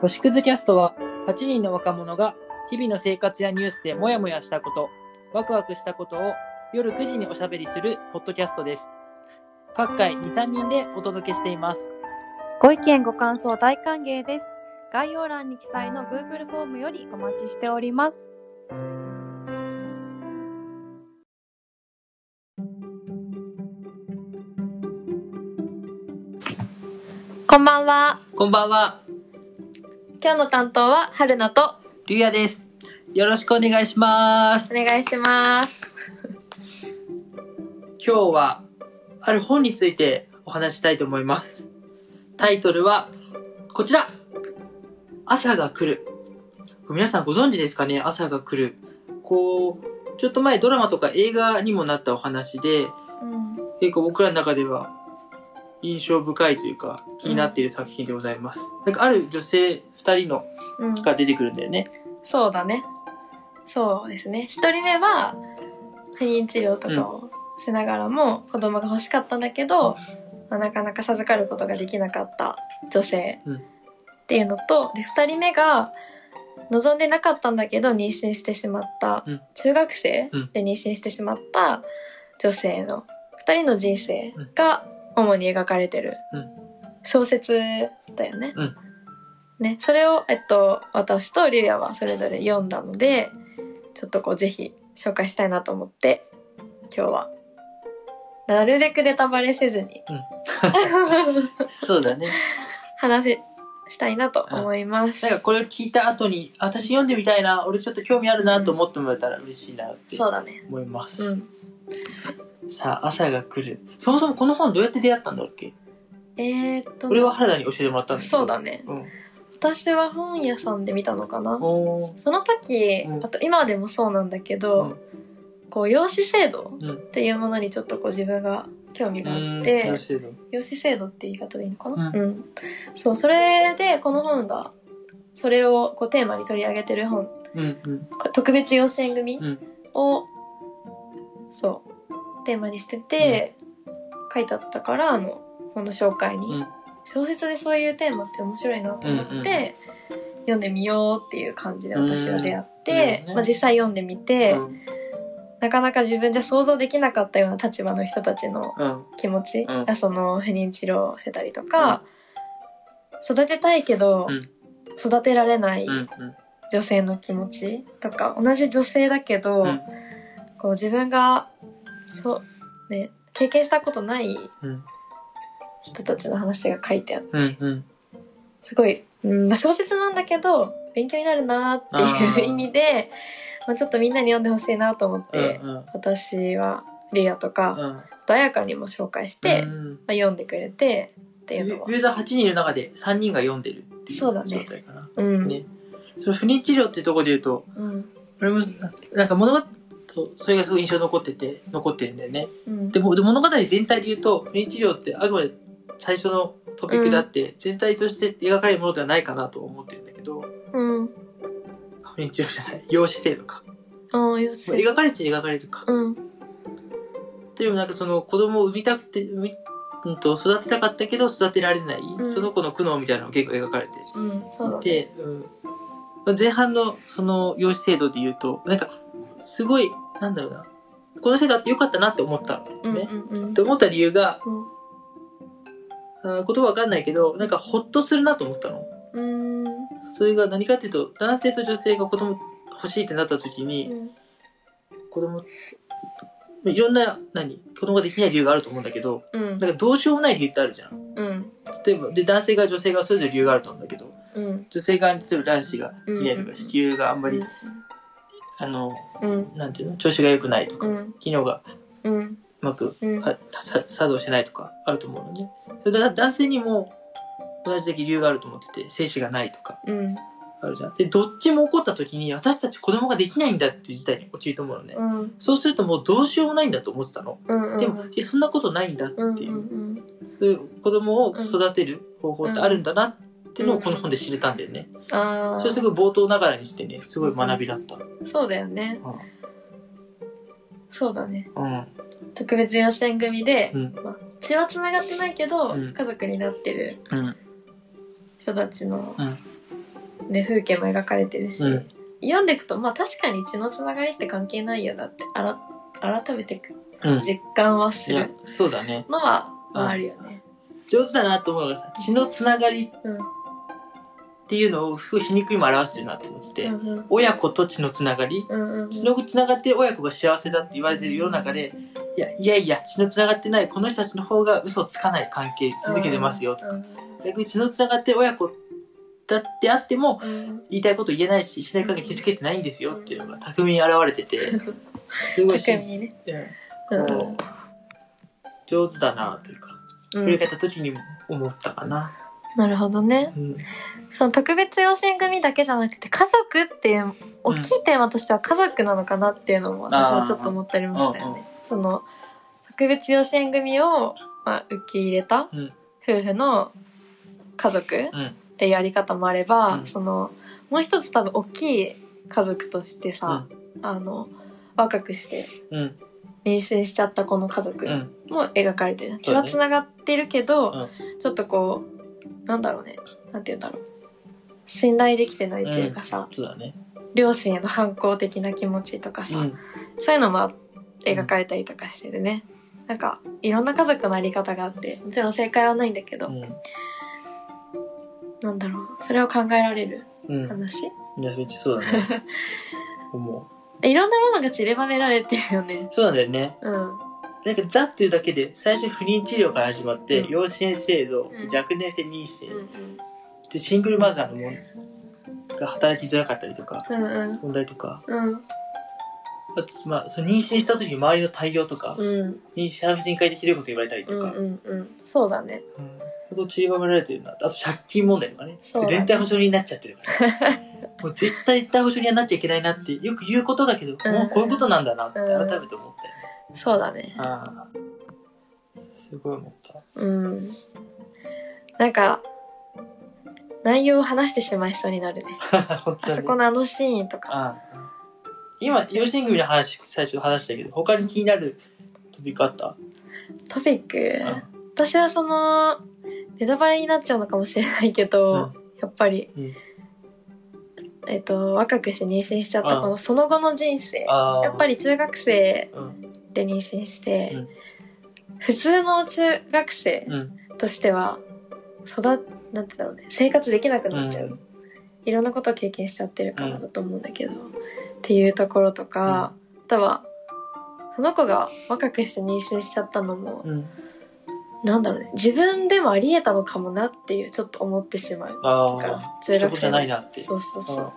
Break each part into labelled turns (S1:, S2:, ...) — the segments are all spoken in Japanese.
S1: 星屑キャストは8人の若者が日々の生活やニュースでモヤモヤしたこと、ワクワクしたことを夜9時におしゃべりするポッドキャストです。各回2、3人でお届けしています。
S2: ご意見ご感想大歓迎です。概要欄に記載の Google フォームよりお待ちしております。こんばんは。
S1: こんばんは、
S2: 今日の担当は春菜と
S1: りゅうやです。よろしくお願いします。
S2: お願いします。
S1: 今日はある本についてお話ししたいと思います。タイトルはこちら朝が来る。皆さんご存知ですかね朝が来る。こう、ちょっと前ドラマとか映画にもなったお話で、
S2: うん、
S1: 結構僕らの中では印象深いというか気になっている作品でございます。なんかある女性二人の
S2: うん、
S1: が出てくるんだよね。
S2: そうだね。そうですね。一人目は不妊治療とかをしながらも子供が欲しかったんだけど、まあなかなか授かることができなかった女性
S1: うん
S2: っていうのと、で二人目が望んでなかったんだけど妊娠してしまった、
S1: うん
S2: 中学生
S1: うん
S2: で妊娠してしまった女性の二人の人生が主に描かれてる
S1: うん
S2: 小説だよね。
S1: うん
S2: ね、それを、えっと、私とリュウヤはそれぞれ読んだので、ちょっとこう、ぜひ紹介したいなと思って、今日は、なるべくネタバレせずに、
S1: うんそうだね。
S2: 話せ、したいなと思います
S1: なん。かこれを聞いた後に、あ私読んでみたいな、俺ちょっと興味あるなと思ってもらえたら嬉しいなって
S2: そうだね。
S1: 思います。
S2: うん。
S1: さあ、朝が来る。そもそもこの本どうやって出会ったんだっけ
S2: えー、っと、
S1: 俺は原田に教えてもらったんだけど。
S2: そうだね。
S1: うん。
S2: 私は本屋さんで見たのかな。
S1: おー
S2: その時、
S1: うん
S2: あと今でもそうなんだけど、
S1: うん
S2: こう養子制度
S1: うん
S2: っていうものにちょっとこう自分が興味があっ
S1: う
S2: て、
S1: んどうしてだろう
S2: 養子制度って言い方でいいのかな、
S1: う
S2: うんそうそれでこの本がそれをこうテーマに取り上げてる本
S1: うんうん
S2: これ特別養子縁組
S1: うん
S2: を、そうテーマにしてて、書いてあったからあの本の紹介に、
S1: うん
S2: 小説でそういうテーマって面白いなと思って、
S1: うんうん
S2: 読んでみようっていう感じで私は出会って、
S1: うん
S2: まあ、実際読んでみて、
S1: うん
S2: なかなか自分じゃ想像できなかったような立場の人たちの
S1: うん
S2: 気持ち、
S1: うん
S2: あその不妊治療をしてたりとか、育てたいけど、
S1: うん
S2: 育てられない
S1: うん
S2: 女性の気持ちとか同じ女性だけど、
S1: うん
S2: こう自分がそう、ね、経験したことない
S1: うん
S2: 人たちの話が書いてあって
S1: うんうん
S2: すごい、うんまあ、小説なんだけど勉強になるなって
S1: あー
S2: いう意味で、まあ、ちょっとみんなに読んでほしいなと思って、
S1: うんうん
S2: 私はリアとか、
S1: うん
S2: あと彩香にも紹介して、
S1: う
S2: ま
S1: ん
S2: あ、読んでくれてっていうのは
S1: ユーザー8人の中で3人が読んでるっていう
S2: そ
S1: 状
S2: うだね
S1: 態かな。
S2: うん、
S1: ねその不妊治療っていうところで言うと、
S2: うん
S1: 俺もななんか物語と、それがすごい印象に残ってて、残ってるんだよね。
S2: うん
S1: でも、で物語全体で言うと、不妊治療ってあくまで最初のトピックであって、全体として描かれるものではないかなと思ってるんだけど、
S2: うん
S1: 不妊治療じゃない、養子制度か。
S2: ああよし
S1: まあ描かれちゃ描かれるか。
S2: うん
S1: というよりもなんかその子供を産みたくて、産みうんと、育てたかったけど育てられない、
S2: ん
S1: その子の苦悩みたいなのが結構描かれてる。
S2: うんそうだね
S1: で、うん、前半のその養子制度で言うとなんかすごいなんだろうなこの制度あってよかったなって思った
S2: う
S1: の
S2: んう
S1: ね。
S2: んうん
S1: って思った理由が
S2: うん
S1: あー言葉わかんないけどなんかほっとするなと思ったの。
S2: うん
S1: それが何かっていうと男性と女性が子供欲しいってなった時に子供いろんな何子供ができない理由があると思うんだけど
S2: うん
S1: なんかどうしようもない理由ってあるじゃん。
S2: うん
S1: 例えばで男性が女性がそれぞれ理由があると思うんだけど
S2: うん
S1: 女性側に例えば卵子ができないとか子宮があんまりあの
S2: うん
S1: なんていうの調子が良くないとか、
S2: うん
S1: 機能が
S2: うん
S1: うまく
S2: うん
S1: はさ作動してないとかあると思うのね。それだ男性にも同じだけ理由があると思ってて、精子がないとか
S2: うん
S1: あるじゃん。で、どっちも起こった時に私たち子供ができないんだっていう事態に陥ると思うのね。
S2: うん
S1: そうするともうどうしようもないんだと思ってたの。
S2: うん
S1: でも、いやそんなことないんだ
S2: うん
S1: っていうう、
S2: ん
S1: そういう子供を育てる方法ってあるんだなっていうのをこの本で知れたんだよね。
S2: うんああ
S1: それすごい冒頭ながらにしてね、すごい学びだった。うん。
S2: そうだよねそうだね
S1: うん。
S2: 特別養子縁組で
S1: うん。
S2: 血は繋がってないけど
S1: うん
S2: 家族になってる
S1: うん。
S2: 人たちの
S1: うん
S2: ね、風景も描かれてるし、
S1: うん
S2: 読んでいくと、まあ確かに血のつながりって関係ないよなって、あら、改めて
S1: うん。
S2: 実感はす
S1: いや
S2: る
S1: そうだね。
S2: のは、ま
S1: うん
S2: ああるよね。
S1: 上手だなと思うのがさ、血のつながり
S2: うん。
S1: っていうのをすごい皮肉にも表してるなって思ってて、
S2: うんうん
S1: 親子と血のつながり、
S2: うんうんうん
S1: 血のつながってる親子が幸せだって言われてる世の中で、いや、いやいや、血のつながってないこの人たちの方が嘘つかない関係続けてますよと。逆に血のつながってる親子だってあっても、
S2: うんうん
S1: 言いたいこと言えないし、信頼関係築けてないんですよっていうのが巧みに現れてて、すごいし
S2: 巧みにね。
S1: うんこう上手だなというか、
S2: うん
S1: 振り返った時にも思ったかな。
S2: なるほどね。
S1: うん。
S2: その特別養子縁組だけじゃなくて家族っていう大きいテーマとしては家族なのかなっていうのも私はちょっと思ったりましたよね。その特別養子縁組を、まあ、受け入れた
S1: うん
S2: 夫婦の家族っ
S1: うん。
S2: ていうやり方もあれば、
S1: うん
S2: そのもう一つ多分大きい家族としてさ、あの若くして
S1: うん。
S2: 妊娠しちゃった子の家族
S1: うん。
S2: も描かれてる。血
S1: そうだ
S2: は
S1: ね
S2: つながってるけど、ちょっとこう、なんだろうね。なんて言うんだろう。信頼できてないっていうかさ、
S1: そうだね。
S2: 両親への反抗的な気持ちとか
S1: う
S2: さ、
S1: ん。
S2: そういうのも描かれたりとかしてるね。なんか、いろんな家族のあり方があって、もちろん正解はないんだけど、なんだろう。それを考えられる
S1: うん。うん。
S2: 話、
S1: いや、めっちゃそうだ ね。思う。
S2: いろんなものが散りばめられてるよね。
S1: そうなんだよね。
S2: うん。
S1: なんか、ザっていうだけで、最初に不妊治療から始まって、
S2: うん
S1: 養子縁制度、
S2: うん
S1: 若年性妊娠、
S2: うん
S1: で、シングルマザーのもんが働きづらかったりとか、
S2: うん。うん
S1: 問題とか、
S2: うん。
S1: あと、まあ、その妊娠した時に周りの対応とか、
S2: うん。
S1: 妊娠産婦人科医でひどいこと言われたり
S2: う
S1: と
S2: ん
S1: か、
S2: うんうん。そうだね。
S1: うんほど散りばめられてるなあと借金問題とかね
S2: そうだね
S1: 連帯保証人になっちゃってるから もう絶対連帯保証人はなっちゃいけないなってよく言うことだけど、
S2: うん
S1: もうこういうことなんだなって
S2: うん
S1: 改めて思ったよね、
S2: そうだね。
S1: ああすごい思った
S2: うん。なんか、内容を話してしまいそうになるね。
S1: 本当
S2: あ
S1: だ、ね、
S2: そこのあのシーンとか。
S1: ああ今養子縁組の話最初話したけど他に気になる飛び方
S2: トピック
S1: う。ん
S2: 私はその、ネタバレになっちゃうのかもしれないけど、やっぱり、
S1: うん
S2: えっと、若くして妊娠しちゃったこ
S1: う
S2: のその後の人生。
S1: ああ
S2: やっぱり中学生
S1: うん
S2: で妊娠して、
S1: うん
S2: 普通の中学生
S1: うん
S2: としては、育っ、なんて言うんだろうね、生活できなくなっちゃう。
S1: うん
S2: いろんなことを経験しちゃってるからだと思うんだけど、っていうところとか、あとは、その子が若くして妊娠しちゃったのも、
S1: うん
S2: なんだろうね、自分でもあり得たのかもなっていう、ちょっと思ってしまう。だから
S1: ああ、
S2: 中
S1: そういうこ
S2: 学
S1: とじ
S2: 生
S1: ゃ
S2: の
S1: ないなって。
S2: そうそうそううんっ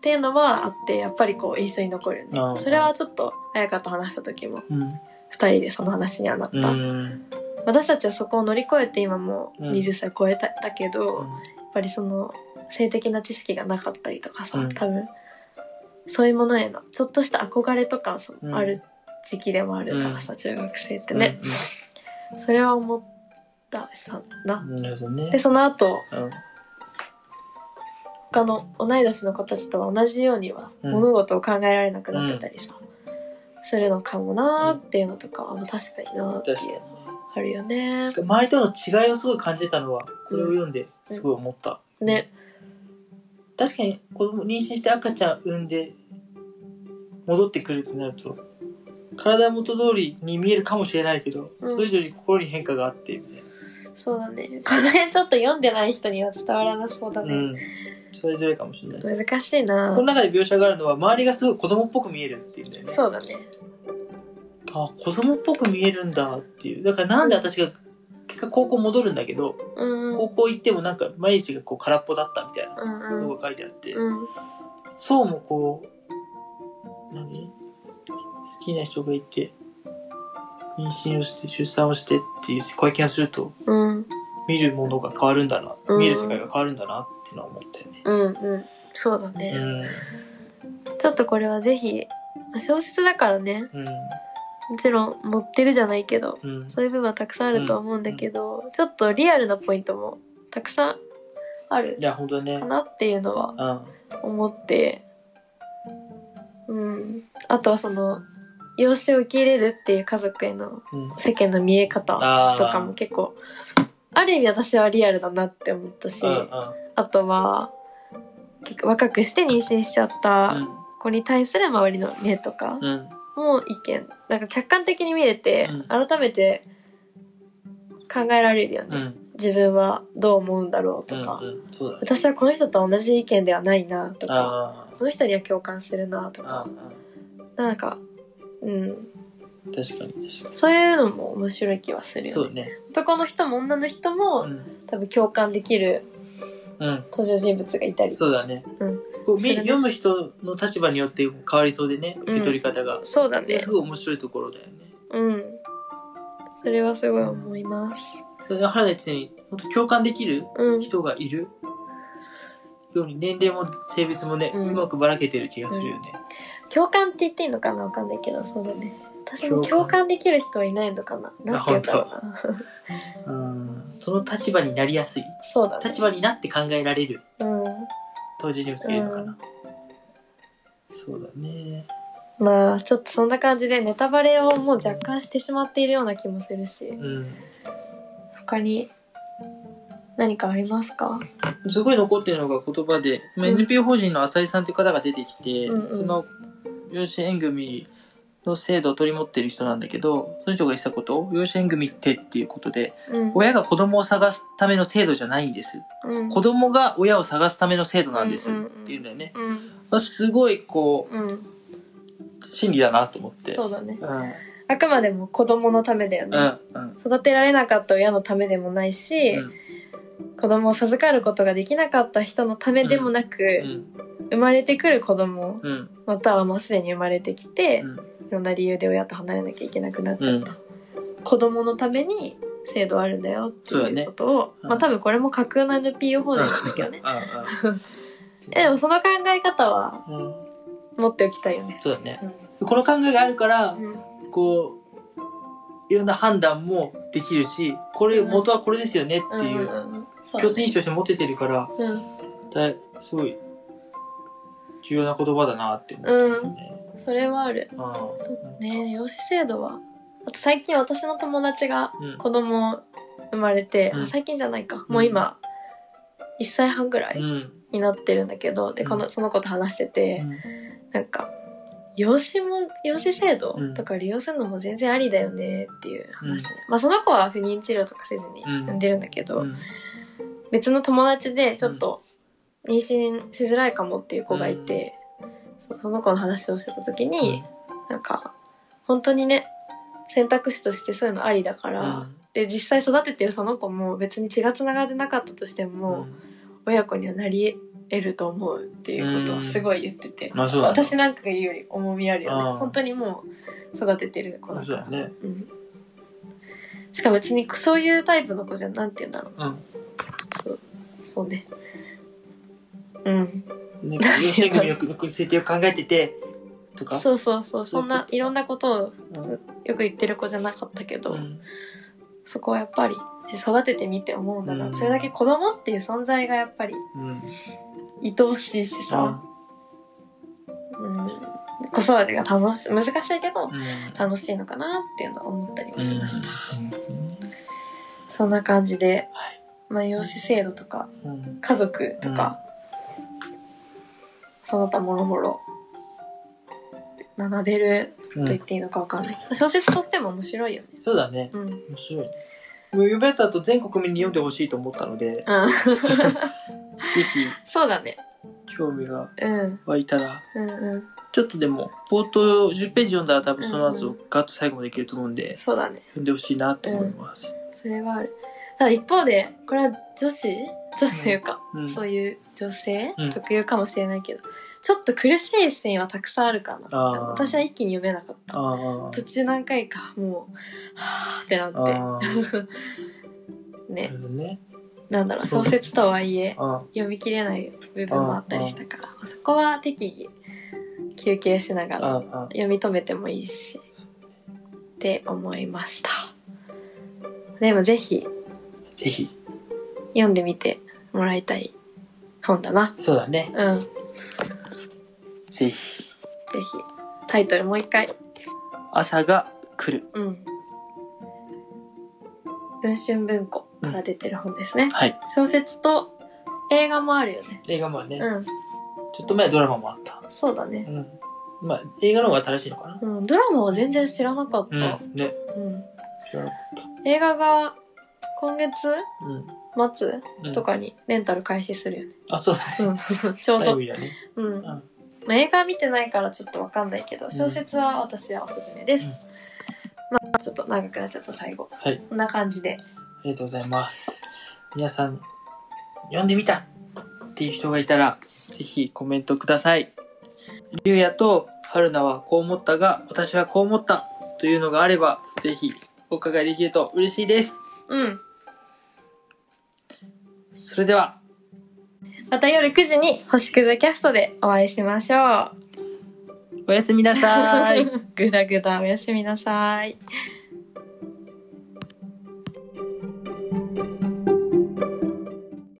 S2: ていうのはあって、やっぱりこう、印象に残るよ
S1: ああ
S2: ね。それはちょっと、彩香と話した時も、
S1: うん
S2: 二人でその話にはなった。
S1: うん
S2: 私たちはそこを乗り越えて今も
S1: うん
S2: 20歳超えた、だけど、やっぱりその性的な知識がなかったりとかさ、
S1: うん
S2: 多分そういうものへのちょっとした憧れとかその
S1: うん
S2: ある時期でもあるからさ、中学生って
S1: うん
S2: ね、それは思ったさ
S1: う
S2: な。
S1: んなるほどね
S2: でその後
S1: うん
S2: 他の同い年の子たちとは同じようには
S1: うん
S2: 物事を考えられなくなってたりさ、するのかもなーっていうのとかは確かになーってい
S1: 確
S2: う
S1: かにね
S2: あるよね。
S1: 周りとの違いをすごい感じたのはこれを読んですごい思った、
S2: ね。
S1: 確かに子供妊娠して赤ちゃん産んで戻ってくるってなると体は元通りに見えるかもしれないけど、
S2: うん
S1: それ以上に心に変化があってみたいな、
S2: そうだね。この辺ちょっと読んでない人には伝わらなそうだ
S1: う
S2: ね。
S1: ん、それぞれかもしれない、
S2: 難しいな
S1: この中で描写があるのは周りがすごい子供っぽく見えるっていうんだよね
S2: そうだね。
S1: あ子供っぽく見えるんだっていうだからなんで私が結果高校戻るんだけど
S2: うんう
S1: 高
S2: ん。
S1: 校行ってもなんか毎日がこう空っぽだったみたいな
S2: うんうん
S1: のが書いてあって、
S2: うん
S1: そうもこう何好きな人がいて妊娠をして出産をしてっていう会見をすると
S2: うん
S1: 見るものが変わるんだな、
S2: うん
S1: 見える世界が変わるんだなっていうのは思ったよね。
S2: うんうんそうだね、
S1: う
S2: ちょっとこれはぜひまあ小説だからね
S1: ん
S2: もちろん載ってるじゃないけど
S1: うんうん
S2: そういう部分はたくさんあるとは思うんだけど、ちょっとリアルなポイントもたくさんある
S1: いや本当ね
S2: か。なっていうのは
S1: うん
S2: 思ってうんあとはその養子を受け入れるっていう家族への
S1: うん。
S2: 世間の見え方
S1: あー
S2: とかも結構ある意味私はリアルだなって思ったし、
S1: うんうん
S2: あとは、結構若くして妊娠しちゃっ
S1: う
S2: た
S1: ん
S2: 子に対する周りの目とか
S1: うん
S2: も意見なんか客観的に見れて
S1: う
S2: 改めて考えられるよ
S1: う
S2: ね、
S1: ん
S2: 自分はどう思うんだろうとか、
S1: うんうんそうだね
S2: 私はこの人と同じ意見ではないなとか
S1: あー
S2: この人には共感するなと
S1: あ
S2: か
S1: ー
S2: なんかうん
S1: 確かに確か
S2: そういうのも面白い気はする
S1: に
S2: よ
S1: そ
S2: ね
S1: うね
S2: 男の人も女の人も、
S1: うん
S2: 多分共感できる
S1: うん
S2: 登場人物がいたり
S1: そうだね
S2: うん
S1: こう見
S2: それね
S1: 読む人の立場によって変わりそうでね受け取り方が
S2: そうだね
S1: すごい面白いところだよね
S2: うんそれはすごい思います
S1: だから原田一世に本当共感できる
S2: うん
S1: 人がいるように年齢も性別もね、う
S2: うん
S1: まくばらけてる気がするよね、
S2: 共感って言っていいのかなわかんないけどそうだね私も
S1: 共
S2: 共
S1: 感
S2: 感できる人はいないのかななんて言うんだろうな
S1: うんその立場になりやすい
S2: そうだね
S1: 立場になって考えられる
S2: うん
S1: 当事人物がいるのかな、そうだね
S2: まあちょっとそんな感じでネタバレをもう若干してしまっているような気もするし
S1: うん
S2: 他に何かありますか
S1: すごい残ってるのが言葉で、まあ
S2: うん
S1: NPO 法人の浅井さんという方が出てきて、
S2: うんうん
S1: その養子縁組の制度を取り持ってる人なんだけどその人が言ってたことを養子縁組ってっていうことで
S2: うん
S1: 親が子供を探すための制度じゃないんです
S2: うん
S1: 子供が親を探すための制度なんですっ
S2: うんうんうん
S1: ていうんだよね
S2: うん
S1: すごいこ
S2: うん
S1: う真理だなと思って
S2: そうだね
S1: うん
S2: あくまでも子供のためだよね
S1: うんうん
S2: 育てられなかった親のためでもないし、
S1: うん
S2: 子供を授かることができなかった人のためでもなく、
S1: うん
S2: 生まれてくる子供
S1: うん
S2: またはもうすでに生まれてきて、
S1: うん
S2: いろんな理由で親と離れなきゃいけなくなっちゃった、子供のために制度あるんだよって
S1: そうだ
S2: い
S1: ね
S2: うことを、
S1: うん
S2: まあ多分これも架空の NPO 法人だけどね
S1: うんうん
S2: えでもその考え方は
S1: うん
S2: 持っておきたいよね、
S1: そうだね
S2: うん
S1: この考えがあるから
S2: うん
S1: こういろんな判断もできるしこれ
S2: うん
S1: 元はこれですよねってい
S2: ん
S1: うん
S2: んそう
S1: 共通認識として持ててるから
S2: うん
S1: だすごい重要な言葉だなって思ってるね
S2: それはある
S1: う
S2: ね養子制度はあと最近私の友達が
S1: うん
S2: 子供生まれて、
S1: うん
S2: あ最近じゃないか、
S1: うん
S2: もう今1歳半ぐら
S1: ん
S2: い
S1: うん
S2: になってるんだけど、でこ
S1: う
S2: のその子と話してて、
S1: う
S2: なんか養子も養子制度
S1: うん
S2: とか利用するのも全然ありだよねっていう話ね、まあその子は不妊治療とかせずに
S1: うん
S2: 産んでるんだけど、
S1: ん
S2: 別の友達でちょっと妊娠しづらいかもっていう子がいて、そうその子の話をしてた時に、なんか本当にね選択肢としてそういうのありだから、で実際育ててるその子も別に血がつながってなかったとしても、親子にはなり得ると思うっていうことをすごい言ってて、
S1: まあそうだね
S2: 私なんかが言うより重みあるよ
S1: うん
S2: ね本当にもう育ててる子だ
S1: そ
S2: か
S1: うだ
S2: ら、
S1: ね
S2: うん、しかも別にそういうタイプの子じゃんなんて言うんだろう
S1: うん
S2: そうそうねうん
S1: ね、養子縁組よくよく設定を考えててとか
S2: そうそうそうそ
S1: そういう
S2: んな
S1: こと
S2: いろんなことを
S1: うん
S2: よく言ってる子じゃなかったけど、
S1: うん
S2: そこはやっぱり育ててみて思うんだな、
S1: うん
S2: それだけ子供っていう存在がやっぱり
S1: うん
S2: 愛おしいしさ、うん、子育てが楽し難しいけど
S1: うん
S2: 楽しいのかなっていうのは思ったりもしました、
S1: うん
S2: そんな感じで、
S1: はい
S2: まあ、養子制度とか
S1: うん
S2: 家族とか、その他もろもろ学べる
S1: う
S2: と言っ
S1: ん
S2: ていいのかわかんない、まあ小説としても面白いよね
S1: そうだね
S2: うん、うん、
S1: 面白いねもう読めた後全国民に読んでほしいと思ったの でぜひ
S2: そうだね
S1: 興味が
S2: うん
S1: 湧いたら
S2: うんうん
S1: ちょっとでも冒頭10ページ読んだら多分その後ガッと最後までいけると思うんで
S2: そうだね
S1: 読んでほしいなと思います、
S2: それはあるただ一方でこれは女子女子というか、
S1: うん、
S2: そういう女性、
S1: うん
S2: 特有かもしれないけどちょっと苦しいシーンはたくさんあるかな
S1: あー
S2: 私は一気に読めなかった
S1: ああ
S2: 途中何回かもうはーってな
S1: ああ
S2: っ
S1: なる
S2: てね
S1: ほどね
S2: なんだろう
S1: そう
S2: 小説とはいえ
S1: あ
S2: 読み切れない部分もあったりしたからそこは適宜休憩しなが
S1: あ
S2: ら
S1: あ
S2: 読み止めてもいいしって思いましたでもぜひ
S1: ぜひ
S2: 読んでみてもらいたい本だな
S1: そうだね
S2: うんぜ
S1: ぜひ
S2: ひタイトルもう一回
S1: 朝が来る
S2: うん文春文庫から出てる本ですね、
S1: はい
S2: 小説と映画もあるよね
S1: 映画もね、
S2: うん
S1: ちょっと前ドラマもあった。
S2: そうだね。
S1: うん。まあ、映画の方が正しいのかな。
S2: うん、ドラマは全然知らなかっ
S1: う
S2: た。
S1: ん。ね。
S2: うん
S1: 知らなか
S2: 映画が今月
S1: っ
S2: 末
S1: た。うん。
S2: と。かにレンタル開始するよね。
S1: あ、そうだね。
S2: うん、 ちょう
S1: タイ
S2: ど
S1: ム。リーだね。
S2: うん。
S1: ん
S2: まあ、映画見てないからちょっとわかんないけど、小説は私はおすすめです。まあ、ちょっと長くなっちゃった最後。
S1: はい。
S2: こんな感じで。
S1: ありがとうございます。皆さん、読んでみたっていう人がいたら、ぜひコメントください。りゅうやと春菜はこう思ったが、私はこう思ったというのがあれば、ぜひお伺いできると嬉しいです。
S2: うん。
S1: それでは、
S2: また夜9時に星屑キャストでお会いしましょう。
S1: おやすみなさい。
S2: ぐだぐだおやすみなさい。